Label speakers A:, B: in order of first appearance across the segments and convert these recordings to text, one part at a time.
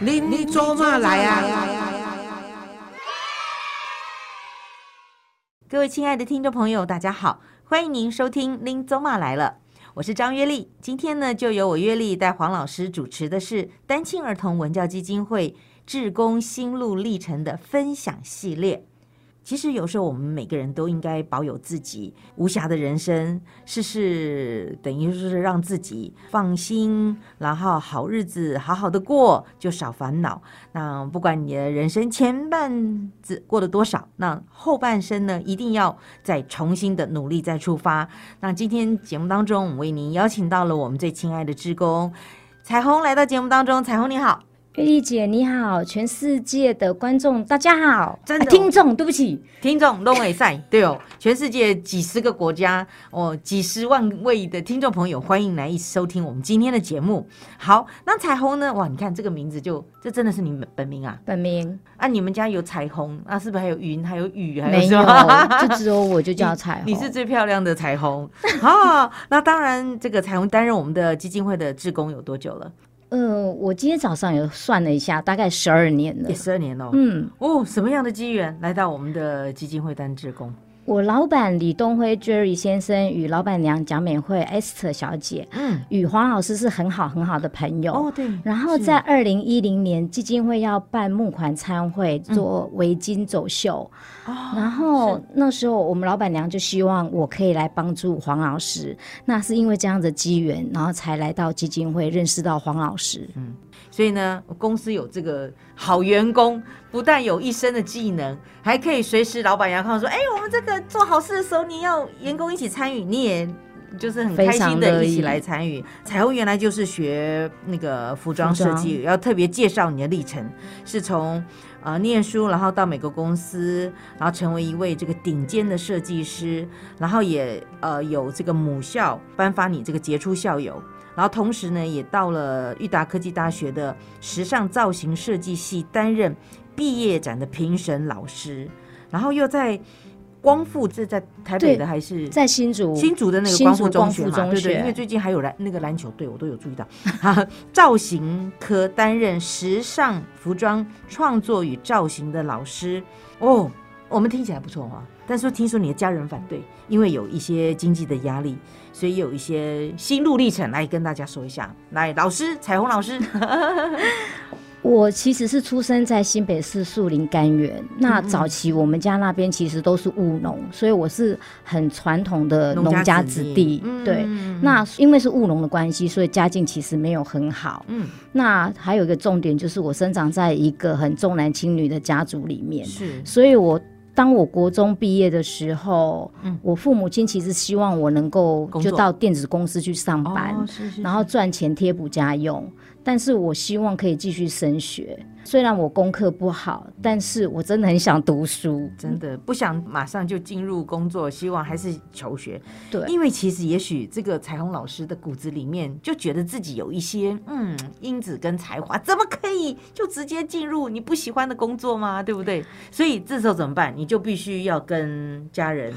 A: 您做嘛来啊？
B: 各位亲爱的听众朋友，大家好，欢迎您收听《林走马来了》，我是张月丽。今天呢，就由我月丽带黄老师主持的是单亲儿童文教基金会志工心路历程的分享系列。其实有时候我们每个人都应该保有自己无暇的人生，事事等于是让自己放心，然后好日子好好的过，就少烦恼。那不管你的人生前半子过了多少，那后半生呢，一定要再重新的努力再出发。那今天节目当中，我们为您邀请到了我们最亲爱的志工彩虹来到节目当中，彩虹你好。
C: 佩丽姐你好，全世界的观众大家好，
B: 真的哦
C: 啊听众对不起，
B: 听众都会赛，对哦，全世界几十个国家哦，几十万位的听众朋友，欢迎来一起收听我们今天的节目。好，那彩虹呢？哇，你看这个名字就，这真的是你们本名啊？
C: 本名
B: 啊，你们家有彩虹啊？是不是还有云，还有雨，还
C: 没
B: 什
C: 有
B: 么？，
C: 就只有我就叫彩虹。
B: 你是最漂亮的彩虹 啊！那当然，这个彩虹担任我们的基金会的志工有多久了？
C: 呃，我今天早上有算了一下，大概十二年了
B: 也。十二年了哦。
C: 嗯，
B: 哦，什么样的机缘来到我们的基金会当志工？
C: 我老板李东辉 Jerry 先生与老板娘蒋美惠 Esther 小姐
B: 嗯，
C: 与黄老师是很好很好的朋友。
B: 哦，对，
C: 然后
B: 是
C: 在二零一零年，基金会要办募款参会，做围巾走秀。
B: 哦
C: 然后那时候我们老板娘就希望我可以来帮助黄老师，那是因为这样的机缘，然后才来到基金会认识到黄老师。
B: 所以呢，公司有这个好员工，不但有一身的技能，还可以随时老板娘看到说：“哎、我们这个做好事的时候，你要员工一起参与，你也就是很开
C: 非
B: 心
C: 常
B: 的
C: 乐
B: 一
C: 意
B: 起来参与。”彩虹原来就是学那个服装设计，要特别介绍你的历程，是从呃念书，然后到美国公司，然后成为一位这个顶尖的设计师，然后也呃有这个母校颁发你这个杰出校友。然后同时呢，也到了裕达科技大学的时尚造型设计系担任毕业展的评审老师，然后又在光复，这在台北的
C: 对
B: 还是
C: 在新竹，
B: 新竹的那个
C: 新
B: 光
C: 竹
B: 复中
C: 光
B: 学
C: 复
B: 嘛？
C: 中
B: 对对，
C: 学
B: 因为最近还有篮那个篮球队，我都有注意到，哈，造型科担任时尚服装创作与造型的老师哦。我们听起来不错哈，但是听说你的家人反对，因为有一些经济的压力，所以有一些心路历程来跟大家说一下。来，老师，彩虹老师，
C: 我其实是出生在新北市树林甘源。那早期我们家那边其实都是务农，所以我是很传统的农家子弟。
B: 嗯
C: 对，，那因为是务农的关系，所以家境其实没有很好。
B: 嗯
C: 那还有一个重点就是，我生长在一个很重男轻女的家族里面。
B: 是
C: 所以我当我国中毕业的时候，
B: 嗯
C: 我父母亲其实希望我能够
B: 工作
C: 就到电子公司去上班，
B: 哦是是
C: 然后赚钱贴补家用。但是我希望可以继续升学，虽然我功课不好，
B: 嗯
C: 但是我真的很想读书。
B: 真的不想马上就进入工作，希望还是求学。
C: 对
B: 因为其实也许这个彩虹老师的骨子里面就觉得自己有一些嗯因子跟才华，怎么可以就直接进入你不喜欢的工作吗？对不对？所以这时候怎么办？你就必须要跟家人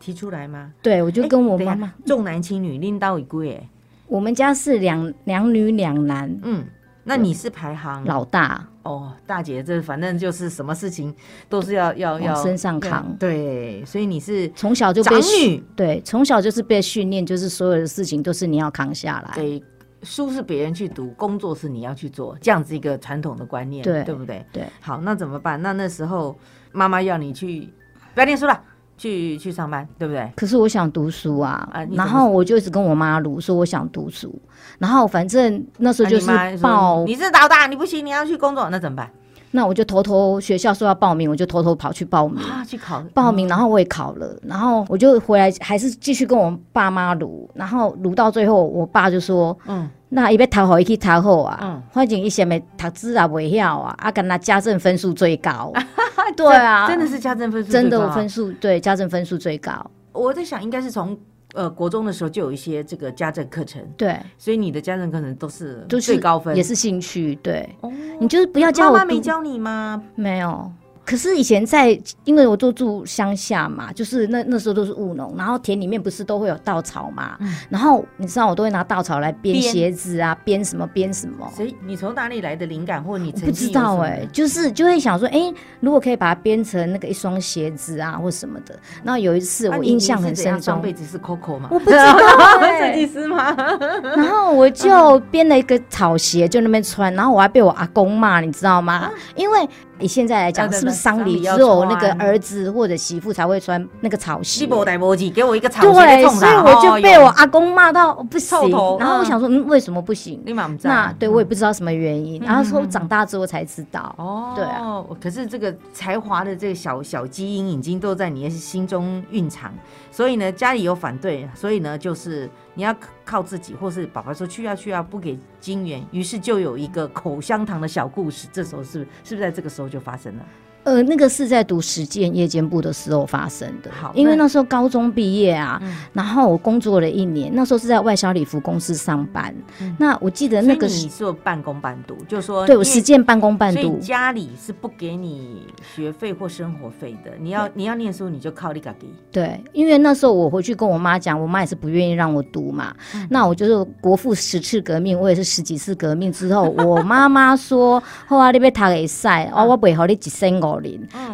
B: 提出来吗？哎
C: 对，我就跟我
B: 等一
C: 妈
B: 下
C: 妈，
B: 重男轻女，拎刀一贵，哎，
C: 我们家是两两女两男，
B: 嗯。那你是排行
C: 老大
B: 哦，大姐，这反正就是什么事情都是要要要
C: 往身上扛
B: 对，所以你是
C: 从小就
B: 长
C: 被训
B: 女，
C: 对，从小就是被训练，就是所有的事情都是你要扛下来。
B: 对，书是别人去读，工作是你要去做，这样子一个传统的观念，
C: 对
B: 不对？
C: 对，
B: 好，那怎么办？那那时候妈妈要你去不要念书了，去去上班，对不对？
C: 可是我想读书啊，
B: 啊你怎么
C: 然后我就一直跟我妈撸说我想读书，然后反正那时候就是
B: 那啊你妈说
C: 报，
B: 你是老大，你不行，你要去工作，那怎么办
C: 那我就偷偷学校说要报名，我就偷偷跑去报名，
B: 啊？去考
C: 报名，然后我也考了，然后我就回来还是继续跟我爸妈撸，然后撸到最后，我爸就说
B: 嗯，
C: 那一被讨好，一去讨好啊
B: 嗯，
C: 反正一些没读书也不晓啊，啊，跟他家政分数最高， 对啊，
B: 真的是家政分数最
C: 真的
B: 高啊
C: 我分数对家政分数最高，
B: 我在想，应该是从呃国中的时候就有一些这个家政课程，
C: 对，
B: 所以你的家政课程都是
C: 就是
B: 最高分，
C: 也是兴趣，对
B: 哦。
C: 你就是不要叫
B: 妈
C: 我
B: 妈没
C: 读
B: 教你吗？
C: 没有，可是以前在，因为我都住乡下嘛，就是那那时候都是务农，然后田里面不是都会有稻草嘛，然后你知道我都会拿稻草来
B: 嗯
C: 编
B: 编
C: 鞋子啊，编什么编什么。
B: 所以你从哪里来的灵感，或你
C: 我
B: 曾
C: 不
B: 经
C: 知
B: 有什
C: 道
B: 么
C: 哎、就是就会想说，哎、如果可以把它编成那个一双鞋子啊，或什么的。然后有一次
B: 啊
C: 我
B: 你
C: 印
B: 你
C: 象
B: 是
C: 很
B: 怎
C: 深
B: 样上
C: 中，
B: 辈子是 Coco 吗？
C: 我不 知道、
B: 设计
C: 欸，
B: 师吗？
C: 然后我就编了一个草鞋，就那边穿，然后我还被我阿公骂，你知道吗？因
B: 嗯
C: 为你现在来
B: 啊
C: 讲，
B: 对
C: 是不
B: 对
C: 是丧
B: 丧礼
C: 礼
B: 要
C: 只有那个
B: 穿
C: 儿子或者媳妇才会穿那个草鞋
B: 西？伯戴摩吉，给我一个草鞋
C: 对，
B: 冲哦
C: 所以我就被我阿公骂到不
B: 臭
C: 行
B: 头。
C: 然后我
B: 嗯
C: 想说，嗯，为什么不行？
B: 立马不在。
C: 那对我也不知道什么原因。
B: 嗯
C: 然后说
B: 嗯嗯
C: 长大之后才知道。
B: 哦，
C: 对啊。
B: 可是这个才华的这个小小基因已经都在你的心中蕴藏，所以呢，家里有反对，所以呢，就是你要靠自己，或是爸爸说去啊去啊，不给金元，于是就有一个口香糖的小故事。这时候是不是是不是在这个时候就发生了？
C: 呃，那个是在读实践夜间部的时候发生的。
B: 好
C: 因为
B: 那
C: 那时候高中毕业啊，
B: 嗯
C: 然后我工作了一年，那时候是在外销礼服公司上班。
B: 嗯
C: 那我记得那个
B: 所以
C: 时
B: 你是有半工半读，就说
C: 对我
B: 哦因为
C: 实践半工半
B: 所以
C: 读。
B: 家里是不给你学费或生活费的，你要你要念书，你就靠你自己。
C: 对，因为那时候我回去跟我妈讲，我妈也是不愿意让我读嘛。
B: 嗯
C: 那我就是国父十次革命，我也是十几次革命之后，我妈妈 说，后来你被他给晒，哦，
B: 嗯
C: 我背后你几升五零。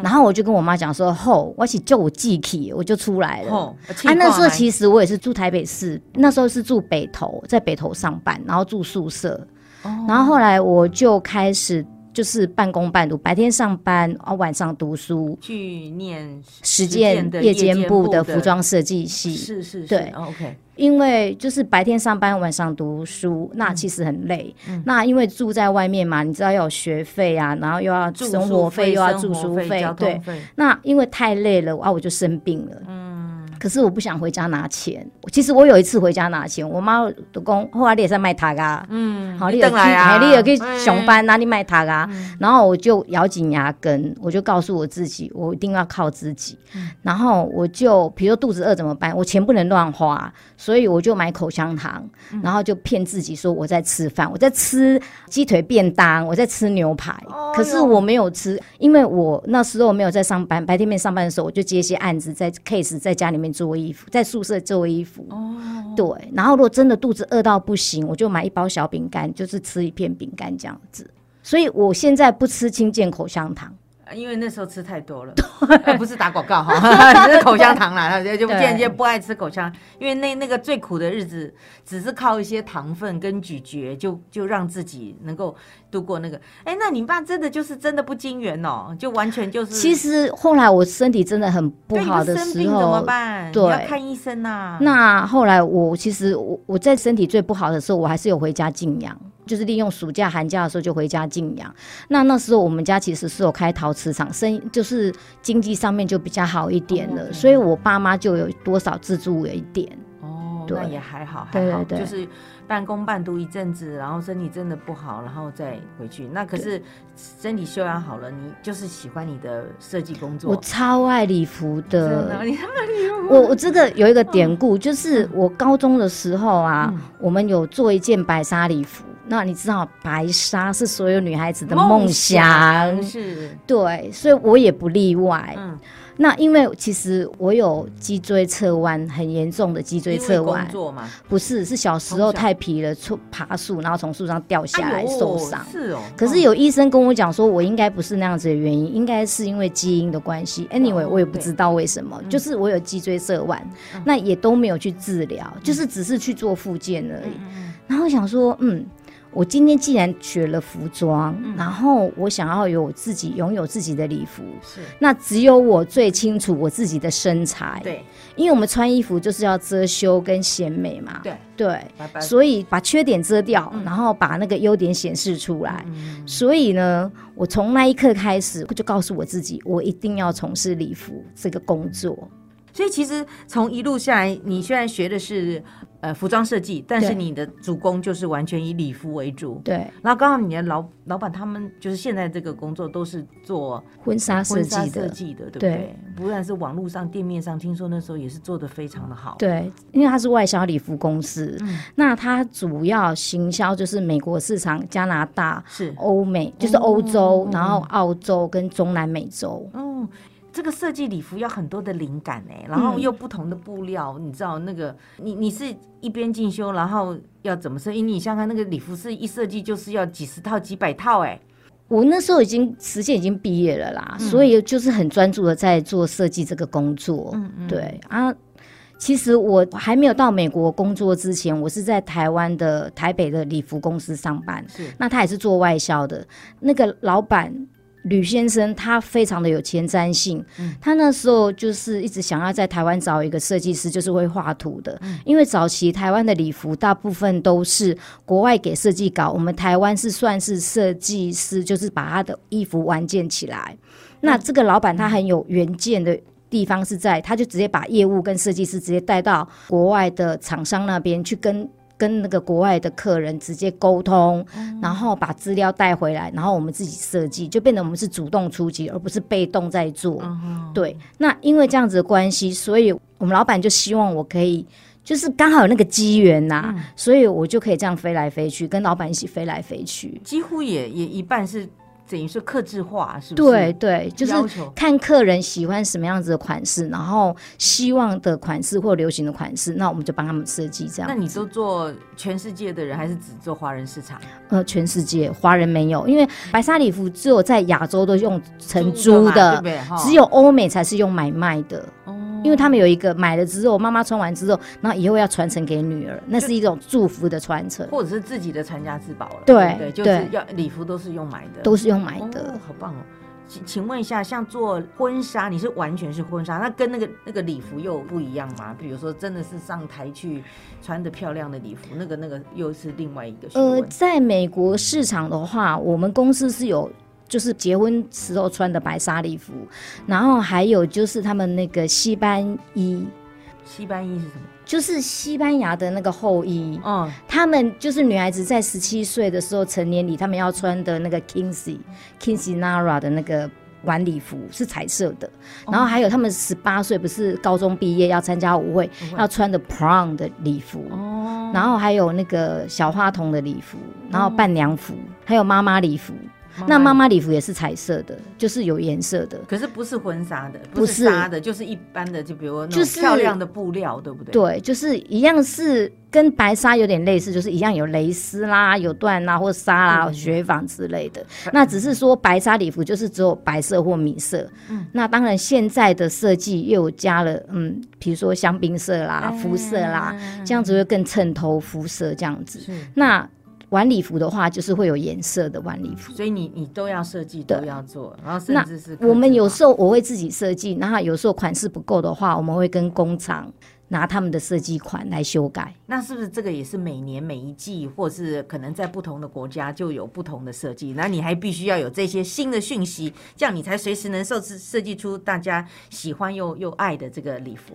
C: 然后我就跟我妈讲说，吼，我是就我记起，我就出来了。
B: 吼，
C: 啊，那时候
B: 实
C: 其实我也是住台北市，那时候是住北投，在北投上班，然后住宿舍，
B: 哦
C: 然后后来我就开始就是半工半读，白天上班，啊晚上读书，
B: 去念
C: 实践
B: 的
C: 夜间部的服
B: 的
C: 装设计系。
B: 是是是
C: 对
B: 哦，OK，
C: 因为就是白天上班，晚上读书，那
B: 嗯
C: 其实很累。那因为住在外面嘛，你知道要有学费啊，然后又要
B: 住
C: 生
B: 宿
C: 活费，又要
B: 生
C: 住
B: 活
C: 宿
B: 费、
C: 费
B: 交，
C: 对
B: 通。费，
C: 那因为太累了，啊，我就生病了。嗯。可是我不想回家拿钱。其实我有一次回家拿钱，我妈就讲，哦后来你也在卖塔噶，
B: 嗯，
C: 好，
B: 你
C: 你有
B: 回
C: 去，
B: 来啊，
C: 哎你有去
B: 哎嗯
C: 上，班哪里卖塔噶？然后我就咬紧牙根，我就告诉我自己，我一定要靠自己。
B: 嗯
C: 然后我就，比如说肚子饿怎么办？我钱不能乱花，所以我就买口香糖，
B: 嗯
C: 然后就骗自己说我在吃饭，我在吃鸡腿便当，我在吃牛排。
B: 哦
C: 可是
B: 哟
C: 我没有吃，因为我那时候没有在上班，白天面上班的时候，我就接一些案子，在 case 在家里面做衣服，在宿舍做衣服。
B: 哦，
C: 对，然后如果真的肚子饿到不行，我就买一包小饼干，就是吃一片饼干这样子。所以我现在不吃清健口香糖，
B: 因为那时候吃太多了，呃不是打广告 哈， 只是口香糖啦，就就
C: 对
B: 渐渐不爱吃口香，因为那那个最苦的日子，只是靠一些糖分跟咀嚼，就就让自己能够度过那个。哎，那你爸真的就是真的不经缘哦，就完全就是，
C: 其实后来我身体真的很不
B: 对你
C: 好
B: 就
C: 的
B: 生
C: 时
B: 病怎么
C: 候，
B: 办？你
C: 对
B: 要看医生呐。
C: 那后来我其实我我在身体最不好的时候，我还是有回家静养，就是利用暑假寒假的时候就回家静养。那那时候我们家其实是有开陶瓷厂，生意就是经济上面就比较好一点
B: 哦
C: 了，
B: ，OK
C: 所以我爸妈就有多少资助我一点。
B: 哦，
C: 对
B: 那也还好，还
C: 对
B: 好，
C: 对对
B: 就是半工半读一阵子，然后身体真的不好，然后再回去。那可是身体修养好了，你就是喜欢你的设计工作，
C: 我超爱礼服
B: 真
C: 的，
B: 的，你
C: 我我这个有一个典故，就是我高中的时候啊，
B: 嗯
C: 我们有做一件白纱礼服。那你知道白纱是所有女孩子的
B: 梦
C: 梦想，
B: 是，
C: 对，所以我也不例外。
B: 嗯，
C: 那因为其实我有脊椎侧弯，很严重的脊椎
B: 因为
C: 侧
B: 工
C: 弯，
B: 作嘛，
C: 不是是小时
B: 从小
C: 候太皮了，从爬树然后从树上掉下
B: 哎
C: 来
B: 呦
C: 受伤。
B: 是哦。
C: 可是有医生跟我讲说，我应该不是那样子的原因，应该是因为基因的关系。Anyway，
B: 哦
C: 我也不
B: 对嗯
C: 知道为什么，就是我有脊椎侧弯，那也都没有去治疗，
B: 嗯
C: 就是只是去做复健而已。然后我想说，嗯。我今天既然学了服装，
B: 嗯
C: 然后我想要有自己拥有自己的礼服，
B: 是，
C: 那只有我最清楚我自己的身材。，
B: 对
C: 因为我们穿衣服就是要遮羞跟显美嘛。
B: 对，
C: 对，
B: 拜拜。
C: 所以把缺点遮掉，
B: 嗯
C: 然后把那个优点显示出来。所以呢，我从那一刻开始，我就告诉我自己，我一定要从事礼服这个工作。
B: 所以其实从一路下来，你虽然学的是呃服装设计，但是
C: 对
B: 你的主攻就是完全以礼服为主。
C: 对，
B: 然后刚好你的老老板他们就是现在这个工作都是做
C: 婚纱设
B: 婚纱
C: 计
B: 设
C: 的，
B: 计的，对不
C: 对
B: 对？不然是网络上店面上，听说那时候也是做的非常的好。
C: 对，因为它是外销礼服公司，
B: 嗯
C: 那它主要行销就是美国市场、加拿大、
B: 是，
C: 欧美，就是欧洲，
B: 嗯
C: 然后澳洲跟中南美洲。
B: 嗯，这个设计礼服要很多的灵感哎、然
C: 嗯
B: 后又不同的布料，你知道那个你你是一边进修，然后要怎么设计？因为你想想看，那个礼服是一设计就是要几十套、几百套哎、
C: 我那时候已经实践已经毕业了啦，
B: 嗯
C: 所以就是很专注的在做设计这个工作。
B: 嗯嗯
C: 对啊，其实我还没有到美国工作之前，我是在台湾的台北的礼服公司上班。
B: 是
C: 那他也是做外销的，那个老板吕先生他非常的有前瞻性，他那时候就是一直想要在台湾找一个设计师，就是会画图的，因为早期台湾的礼服大部分都是国外给设计稿，我们台湾是算是设计师，就是把他的衣服完建起来。那这个老板他很有远见的。地方是在，他就直接把业务跟设计师直接带到国外的厂商那边去跟跟那个国外的客人直接沟通，然后把资料带回来，然后我们自己设计，就变得我们是主动出击，而不是被动在做。
B: 嗯
C: 对，那因为这样子的关系，所以我们老板就希望我可以。就是刚好有那个机缘呐、
B: 嗯
C: 所以我就可以这样飞来飞去，跟老板一起飞来飞去。
B: 几乎也也一半是等于是克制化，是不是？
C: 对，对，就是
B: 要求
C: 看客人喜欢什么样子的款式，然后希望的款式或流行的款式，那我们就帮他们设计这样。
B: 那你都做全世界的人，还是只做华人市场？
C: 呃，全世界华人没有，因为白纱礼服只有在亚洲都用承
B: 租
C: 租
B: 嘛对
C: 的
B: 不，对？哈
C: 只有欧美才是用买卖的，
B: 哦
C: 因为他们有一个买了之后，妈妈穿完之后，然后以后要传承给女儿，那是一种祝福的传承，
B: 或者是自己的传家之宝了，
C: 对
B: 不对，就
C: 对
B: 是要礼服都是用买的，
C: 都是用买的
B: 哦。，好棒哦。请请问一下，像做婚纱，你是完全是婚纱，那跟那个那个礼服又不一样吗？比如说，真的是上台去穿的漂亮的礼服，那个那个又是另外一个学
C: 呃，
B: 问。
C: 在美国市场的话，我们公司是有。就是结婚时候穿的白纱礼服，然后还有就是他们那个西班衣，
B: 西班衣是什么？
C: 就是西班牙的那个后衣，
B: 哦，
C: 他们就是女孩子在十七岁的时候成年礼，他们要穿的那个 Kinsey Kinsey Nara 的那个晚礼服是彩色的，然后还有他们十八岁不是高中毕业要参加舞会，要穿的 prom 的礼服，
B: 哦，
C: 然后还有那个小花童的礼服，然后伴娘服，还有妈哦妈礼服。那妈，妈礼服也是彩色的，就是有颜色的。
B: 可是不是婚纱的，
C: 不
B: 是
C: 是
B: 纱的，就是一般的，就比如那种
C: 就是
B: 漂亮的布料，对不对？，
C: 对，就是一样是跟白纱有点类似，就是一样有蕾丝啦、有缎
B: 嗯
C: 啦或纱啦、雪纺之类的。那只是说白纱礼服就是只有白色或米色。
B: 嗯
C: 那当然现在的设计又有加了，嗯，比如说香槟色
B: 哎
C: 啦、肤色啦，
B: 嗯
C: 这样子会更衬透肤色这样子。
B: 是。
C: 那晚礼服的话，就是会有颜色的晚礼服。
B: 所以你你都要设计，
C: 对
B: 都要做，然后甚
C: 那
B: 至是
C: 我们有
B: 时
C: 时候我会自己设计，然后有时候款式不够的话，我们会跟工厂拿他们的设计款来修改。
B: 那是不是这个也是每年每一季，或是可能在不同的国家就有不同的设计？那你还必须要有这些新的讯息，这样你才随时能设置设计出大家喜欢又又爱的这个礼服。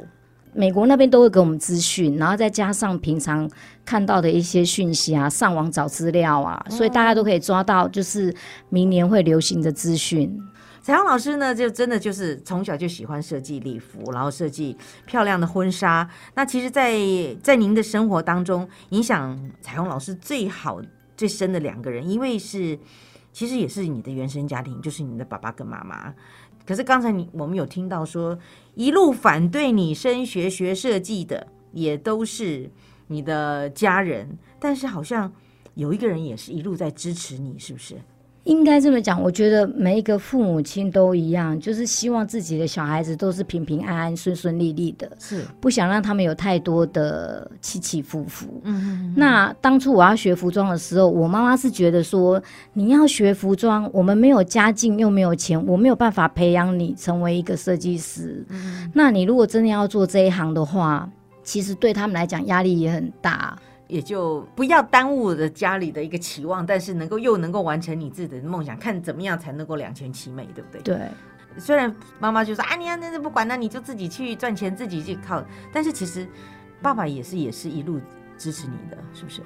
C: 美国那边都会给我们资讯，然后再加上平常看到的一些讯息啊，上网找资料啊，所以大家都可以抓到就是明年会流行的资讯。
B: 彩虹老师呢，就真的就是从小就喜欢设计礼服，然后设计漂亮的婚纱。那其实在，在您的生活当中，影响彩虹老师最好最深的两个人，一位是其实也是你的原生家庭，就是你的爸爸跟妈妈。可是刚才你我们有听到说，一路反对你升学学设计的，也都是你的家人，但是好像有一个人也是一路在支持你，是不是？
C: 应该这么讲，我觉得每一个父母亲都一样，就是希望自己的小孩子都是平平安安、顺顺利利的，
B: 是，
C: 不想让他们有太多的起起伏伏。
B: 嗯，
C: 那当初我要学服装的时候，我妈妈是觉得说，你要学服装，我们没有家境又没有钱，我没有办法培养你成为一个设计师。
B: 嗯
C: 那你如果真的要做这一行的话，其实对他们来讲压力也很大。
B: 也就不要耽误了家里的一个期望，但是能够又能够完成你自己的梦想，看怎么样才能够两全其美，对不对？
C: 对，
B: 虽然妈妈就说啊，你啊，那那不管，那你就自己去赚钱，自己去靠。但是其实爸爸也是也是一路支持你的，是不是？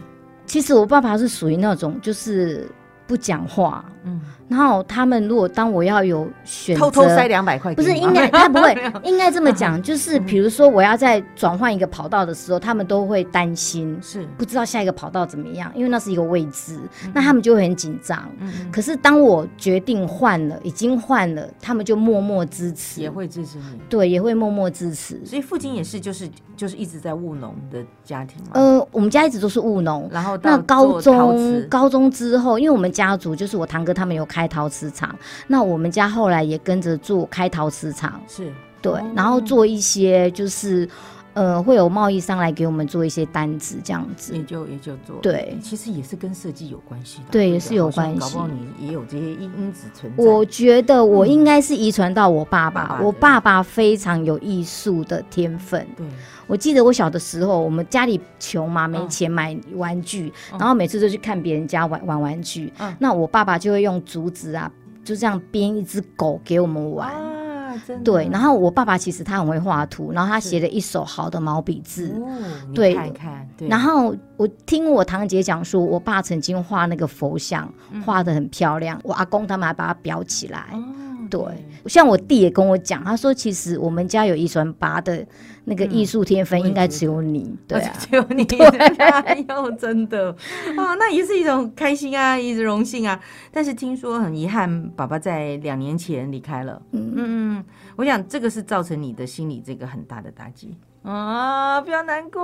C: 其实我爸爸是属于那种就是不讲话，
B: 嗯，
C: 然后他们如果当我要有选择，
B: 偷偷塞两百块
C: 不
B: 给
C: 是
B: 你吗，
C: 应该他不会
B: 没有，
C: 应该这么讲，就是
B: 嗯
C: 比如说我要在转换一个跑道的时候，他们都会担心，
B: 是，
C: 不知道下一个跑道怎么样，因为那是一个未知，那他们就会很紧张。
B: 嗯，
C: 可是当我决定换了，已经换了，他们就默默支持，
B: 也会支持你。
C: 对，也会默默支持。
B: 所以父亲也是，就是就是一直在务农的家庭嘛。
C: 呃，我们家一直都是务农，
B: 然后到
C: 那高
B: 做陶
C: 中
B: 瓷，
C: 高中之后，因为我们家族就是我堂哥他们有开陶瓷厂，那我们家后来也跟着做开陶瓷厂，
B: 是
C: 对
B: 哦，
C: 然后做一些就是，呃，会有贸易商来给我们做一些单子这样子
B: 也，就也就做。
C: 对
B: 其实也是跟设计有关系的。
C: 对
B: 不
C: 也是有
B: 好像
C: 关
B: 搞不好
C: 系
B: 你也有这些因因子存在。
C: 我觉得我应该是遗传到我爸
B: 爸
C: 爸
B: 爸，的
C: 我爸爸非常有艺术的天分。
B: 对，
C: 我记得我小的时候，我们家里穷嘛，没
B: 嗯
C: 钱买玩具，
B: 嗯
C: 然后每次就去看别人家玩玩玩具。
B: 嗯
C: 那我爸爸就会用竹子啊，就这样编一只狗给我们玩。
B: 啊，真的。
C: 对，然后我爸爸其实他很会画图，然后他
B: 是
C: 写了一手好的毛笔字。
B: 哦，你
C: 对
B: 看看，对，
C: 然后我听我堂姐讲说，我爸曾经画那个佛像，画得很漂亮。我阿公他们还把它裱起来。
B: 哦
C: 对，像我弟也跟我讲，他说其实我们家有遗传拔的那个艺术天分，
B: 我也
C: 应该
B: 觉
C: 只有你。对 啊，
B: 只有你，哎呦，真的啊，那也是一种开心啊，一种荣幸啊。但是听说很遗憾，爸爸在两年前离开了。嗯嗯，我想这个是造成你的心理这个很大的打击啊，不要难过，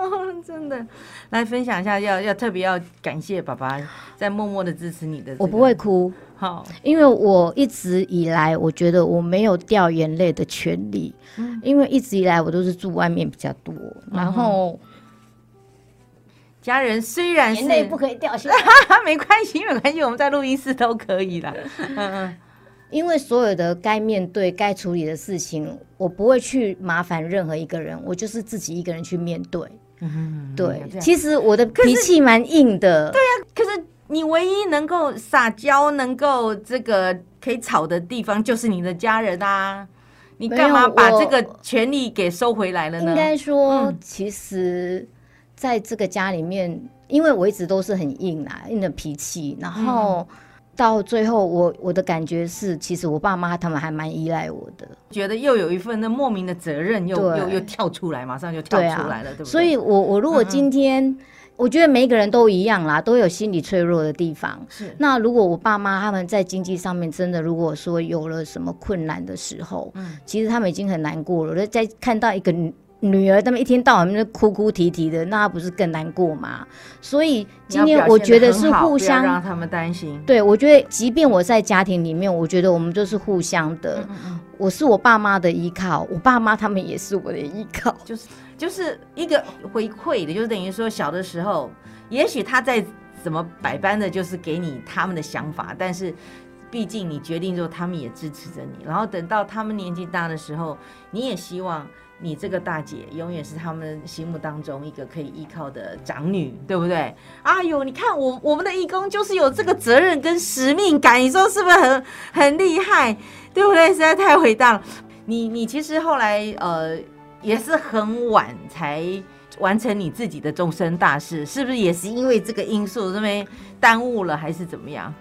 B: 真的。来分享一下，要要特别要感谢爸爸在默默的支持你的、
C: 我不会，哭，
B: 好，
C: 因为我一直以来我觉得我没有掉眼泪的权利，因为一直以来我都是住外面比较多，然后
B: 家人虽然是
C: 眼泪不可以掉下来。
B: 啊，没关系，没关系，我们在录音室都可以啦。嗯嗯，
C: 因为所有的该面对、该处理的事情，我不会去麻烦任何一个人，我就是自己一个人去面对。
B: 嗯
C: 对，
B: 这样
C: 其实我的脾气蛮硬的，对啊，
B: 可是你唯一能够撒娇、能够这个可以吵的地方，就是你的家人啊。你干
C: 没
B: 嘛
C: 有我
B: 把这个权利给收回来了呢？
C: 应该说，
B: 嗯
C: 其实在这个家里面，因为我一直都是很硬啊，硬的脾气，然后到最后我，我的感觉是，其实我爸妈他们还蛮依赖我的，
B: 觉得又有一份那莫名的责任又，又
C: 对
B: 又跳出来，马上就跳
C: 对
B: 出
C: 啊
B: 来了，对不对？嗯
C: 所以我我如果今天，我觉得每一个人都一样啦，都有心理脆弱的地方。
B: 是
C: 那如果我爸妈他们在经济上面真的如果说有了什么困难的时候，
B: 嗯
C: 其实他们已经很难过了。再看到一个女女儿，他们一天到晚在那哭哭啼啼的，那不是更难过吗？所以今
B: 你要
C: 天
B: 表
C: 我
B: 现
C: 觉得
B: 很
C: 是
B: 好
C: 互
B: 不要
C: 相
B: 让他们担心。
C: 对，我觉得即便我在家庭里面，我觉得我们就是互相的。
B: 嗯嗯，
C: 我是我爸妈的依靠，我爸妈他们也是我的依靠。
B: 就是就是一个回馈的，就是等于说小的时候，也许他在怎么百般的，就是给你他们的想法，但是毕竟你决定之后，他们也支持着你。然后等到他们年纪大的时候，你也希望你这个大姐永远是他们心目当中一个可以依靠的长女，对不对？哎呦，你看我我们的义工就是有这个责任跟使命感，你说是不是很很厉害？对不对？实在太伟大了。你你其实后来呃也是很晚才完成你自己的终身大事，是不是也是因为这个因素，因为耽误了还是怎么样？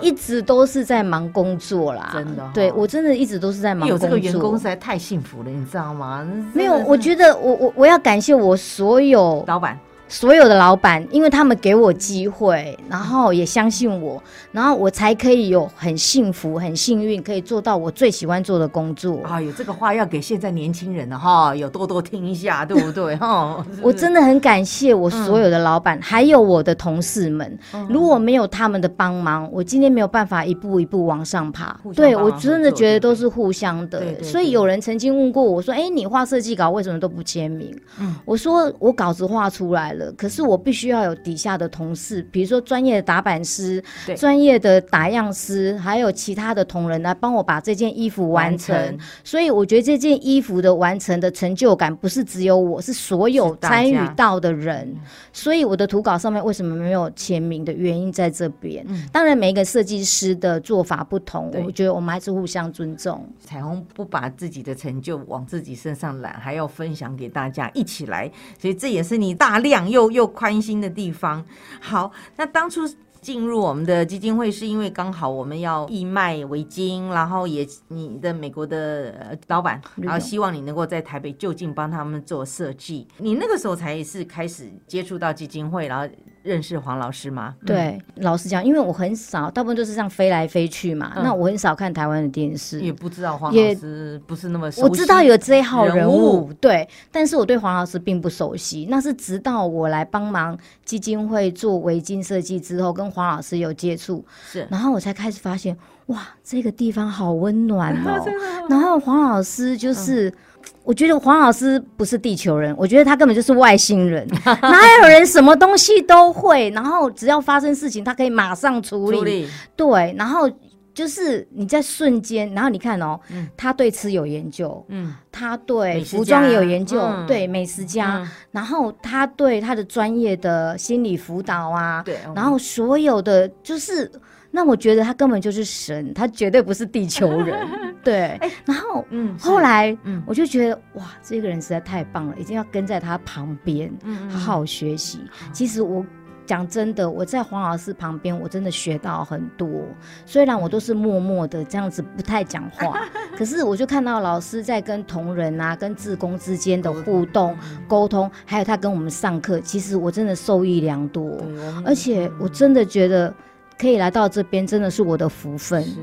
C: 一直都是在忙工作啦，
B: 真的哦
C: 对我真的一直都是在忙
B: 有
C: 工
B: 这
C: 作。
B: 个员工实在太幸福了，你知道吗？
C: 没有，
B: 真的是
C: 我觉得我我我要感谢我所有
B: 老板
C: 所有的老板，因为他们给我机会，然后也相信我，然后我才可以有很幸福、很幸运，可以做到我最喜欢做的工作。
B: 啊，有这个话要给现在年轻人了哈，有多多听一下，对不对？ 哈，是不
C: 我
B: 是
C: 真的很感谢我所有的老板，还有我的同事们。
B: 嗯
C: 如果没有他们的帮忙，我今天没有办法一步一步往上爬
B: 互。相
C: 对
B: 帮
C: 我
B: 忙
C: 真
B: 合
C: 的
B: 作
C: 觉
B: 对
C: 得
B: 不对
C: 都是互相的
B: 对对。对
C: 所以有
B: 嗯
C: 人曾经问过我说：“哎，你画设计稿为什么都不签名？”我说：“我稿子画出来了，可是我必须要有底下的同事，比如说专业的打版师
B: 对、
C: 专业的打样师，还有其他的同仁来帮我把这件衣服完成。所以我觉得这件衣服的完成的成就感，不是只有我，是所有
B: 是大家嗯
C: 参与到的人。所以我的图稿上面为什么没有签名的原因在这边。当然，每一个设计师的做法不同，
B: 嗯对
C: 我觉得我们还是互相尊重。
B: 彩虹不把自己的成就往自己身上揽，还要分享给大家一起来，所以这也是你大量又又宽心的地方。好，那当初。进入我们的基金会是因为刚好我们要义卖围巾，然后也你的美国的呃老板，
C: 吕
B: 然后
C: 总
B: 希望你能够在台北就近帮他们做设计。你那个时候才是开始接触到基金会，然后认识黄老师吗？
C: 对，老实讲，因为我很少，大部分都是这样飞来飞去嘛，
B: 嗯
C: 那我很少看台湾的电视。
B: 也不知道黄老
C: 也
B: 师不是那么熟
C: 我
B: 悉，
C: 知道有这一号人
B: 人
C: 物，
B: 物
C: 对，但是我对黄老师并不熟悉。那是直到我来帮忙基金会做围巾设计之后，跟黄老师有接触，
B: 是
C: 然后我才开始发现，哇，这个地方好 温暖哦。
B: 真的嗯
C: 然后黄老师就是，我觉得黄老师不是地球人，我觉得他根本就是外 星人。哪有人什么东西都会？然后只要发生事情，他可以马上处理。
B: 朱莉
C: 对，然后就是你在瞬间，然后你看哦，
B: 嗯
C: 他对吃有研究，
B: 嗯
C: 他对
B: 美食
C: 服装也有
B: 家
C: 研究，
B: 嗯
C: 对美食家，
B: 嗯
C: 然后他对他的专业的心理辅导啊，
B: 对，嗯
C: 然后所有的就是。那我觉得他根本就是神，他绝对不是地球人，对。然后
B: 嗯，
C: 后来
B: 嗯
C: 我就觉得哇，这个人实在太棒了，一定要跟在他旁边，
B: 嗯
C: 好好学习。其实我讲真的，我在黄老师旁边，我真的学到很多。虽然我都是默默的这样子，不太讲话，可是我就看到老师在跟同仁啊、跟志工之间的互动、沟通，还有他跟我们上课，其实我真的受益良多。
B: 嗯
C: 而且我真的觉得可以来到这边，真的是我的福分。
B: 是。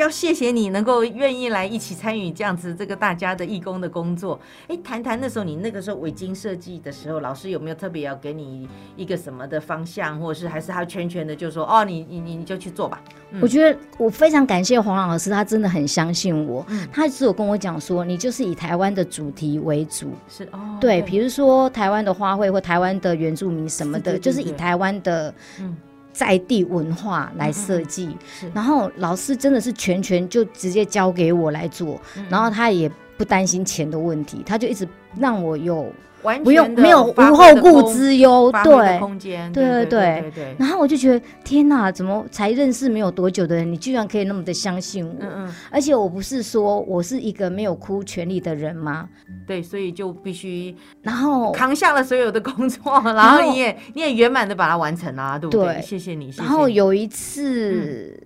B: 要谢谢你能够愿意来一起参与这样子这个大家的义工的工作。哎，谈谈那时候你那个时候围巾设计的时候，老师有没有特别要给你一个什么的方向，或者是还是他全权的就说哦，你你你你就去做吧。
C: 我觉得我非常感谢黄老师，他真的很相信我。
B: 嗯
C: 他只有跟我讲说，你就是以台湾的主题为主，
B: 是哦，
C: 对，比如说台湾的花卉或台湾的原住民什么的，
B: 是对对
C: 就是
B: 对
C: 以台湾的
B: 嗯
C: 在地文化来设计。
B: 是
C: 然后老师真的是全权就直接交给我来做，
B: 嗯
C: 然后他也不担心钱的问题，他就一直让我有
B: 完
C: 不用
B: 全的
C: 没有
B: 发
C: 无
B: 挥
C: 后
B: 的
C: 顾
B: 空
C: 之忧，
B: 发挥的
C: 对。
B: 空间，
C: 对
B: 对对
C: 对
B: 对对，
C: 然后我就觉得天哪，怎么才认识没有多久的人，你居然可以那么的相信我？
B: 嗯
C: 而且我不是说我是一个没有哭权利的人吗？
B: 嗯，对，所以就必须
C: 然后
B: 扛下了所有的工作，然后你也你也圆满的把它完成啦，对不对？
C: 对
B: 谢谢你，谢谢
C: 然后
B: 你
C: 有一
B: 嗯
C: 次，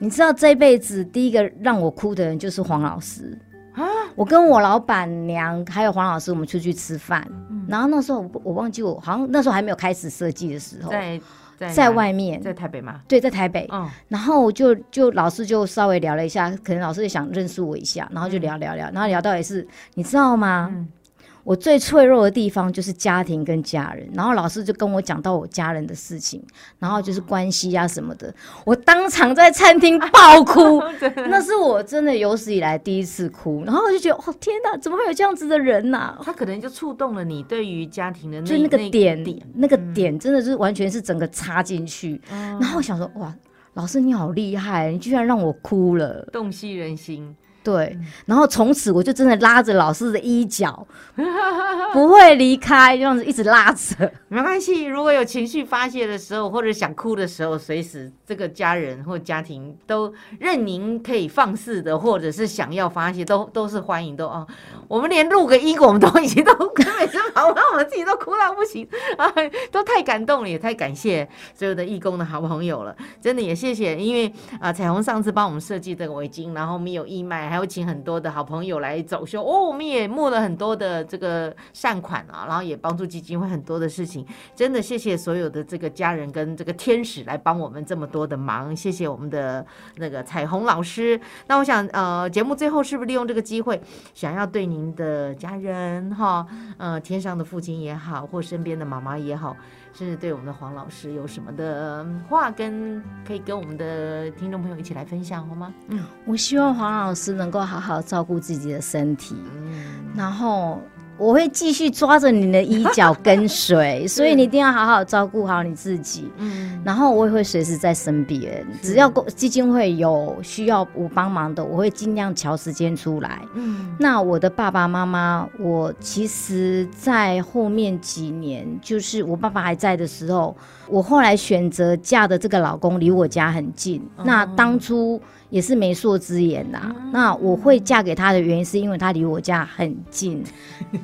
C: 你知道这辈子第一个让我哭的人就是黄老师。
B: 啊
C: 我跟我老板娘还有黄老师，我们出去吃饭，
B: 嗯
C: 然后那时候我我忘记我好像那时候还没有开始设计的时候，
B: 在在
C: 在
B: 哪里
C: 外面，
B: 在台北吗？
C: 对，在台北，
B: 嗯，
C: 然后就就老师就稍微聊了一下，可能老师也想认识我一下，然后就聊聊聊，然后聊到也是，你知道吗？
B: 嗯
C: 我最脆弱的地方就是家庭跟家人，然后老师就跟我讲到我家人的事情，然后就是关系啊什么的，我当场在餐厅爆哭，那是我真的有史以来第一次哭，然后我就觉得，哦天哪，怎么会有这样子的人呐、
B: 他可能就触动了你对于家庭的那
C: 就那个点，嗯哦
B: 点，
C: 那个点真的是完全是整个插进去，然后我想说，哇，老师你好厉害，你居然让我哭了。
B: 洞悉人心。
C: 对，然后从此我就真的拉着老师的衣 角，不会离开，这样子一直拉着。
B: 没关系，如果有情绪发泄的时候，或者想哭的时候，随时这个家人或家庭都任您可以放肆的，或者是想要发泄，都都是欢迎，都哦。我们连录个音，我们都已经都每次跑到我们自己都哭到不行啊，都太感动了，也太感谢所有的义工的好朋友了，真的也谢谢，因为啊、彩虹上次帮我们设计这个围巾，然后我们有义卖，还有请很多的好朋友来走秀哦，我们也募了很多的这个善款啊，然后也帮助基金会很多的事情，真的谢谢所有的这个家人跟这个天使来帮我们这么多的忙，谢谢我们的那个彩虹老师。那我想，呃，节目最后是不是利用这个机会，想要对您的家人哈，呃，天上的父亲也好，或身边的妈妈也好，甚至对我们的黄老师有什么的嗯话跟可以跟我们的听众朋友一起来分享好吗？
C: 嗯我希望黄老师能够好好照顾自己的身体，然后我会继续抓着你的衣角跟 随，所以你一定要好好照顾好你自己。
B: 嗯，
C: 然后我也会随时在身边，只要公基金会有需要我帮忙的，我会尽量调时间出来。
B: 嗯
C: 那我的爸爸妈妈，我其实，在后面几年，就是我爸爸还在的时候，我后来选择嫁的这个老公离我家很近。
B: 嗯
C: 那当初也是媒妁之言呐、那我会嫁给他的原因，是因为他离我家很 近。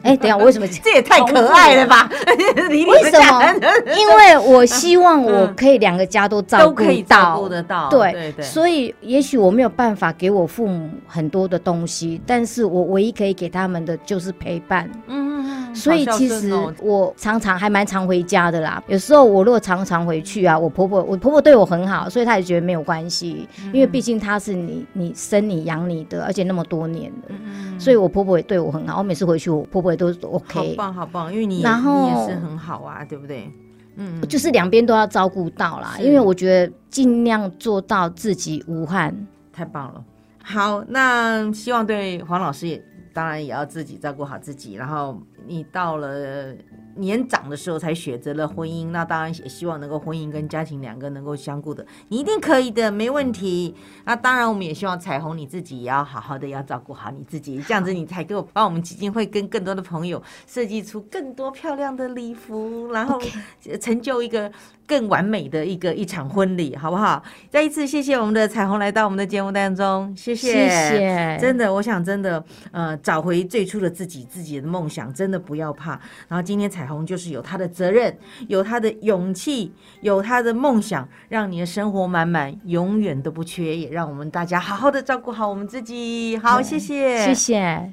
C: 哎、等一下，我为什么讲？
B: 这也太可爱了吧！ 离你
C: 为
B: 们
C: 什
B: 家
C: 么？因为我希望我可以两个家都照
B: 嗯都
C: 顾
B: 可以照
C: 到
B: 顾。得到，
C: 对
B: 哦对对，
C: 所以也许我没有办法给我父母很多的东西，但是我唯一可以给他们的就是陪伴。
B: 嗯嗯嗯，
C: 所以
B: 好孝
C: 其
B: 顺
C: 实
B: 哦
C: 我常常还蛮常回家的啦。有时候我如果常常回去啊，我婆婆我婆婆对我很好，所以她也觉得没有关系，
B: 嗯
C: 因为毕竟她是你你生你养你的，而且那么多年了，
B: 嗯
C: 所以我婆婆也对我很好。我每次回去，我婆婆也都
B: 好
C: OK，
B: 棒好棒，因为你也
C: 然后
B: 你也是很好啊，对不对？嗯，
C: 就是两边都要照顾到啦。
B: 是
C: 因为我觉得尽量做到自己无憾。
B: 太棒了。好，那希望对黄老师也当然也要自己照顾好自己，然后你到了年长的时候才选择了婚姻，那当然也希望能够婚姻跟家庭两个能够相顾的，你一定可以的，没问题。那当然，我们也希望彩虹你自己也要好好的要照顾好你自己，这样子你才给我帮我们基金会跟更多的朋友设计出更多漂亮的礼服，然后成就一个更完美的一个一场婚礼，好不好？再一次谢谢我们的彩虹来到我们的节目当中，谢
C: 谢谢，
B: 真的，我想真的，呃，找回最初的自己，自己的梦想，真的不要怕。然后今天彩虹就是有她的责任，有她的勇气，有她的梦想，让你的生活满满，永远都不缺，也让我们大家好好的照顾好我们自己。好，谢谢，
C: 谢谢。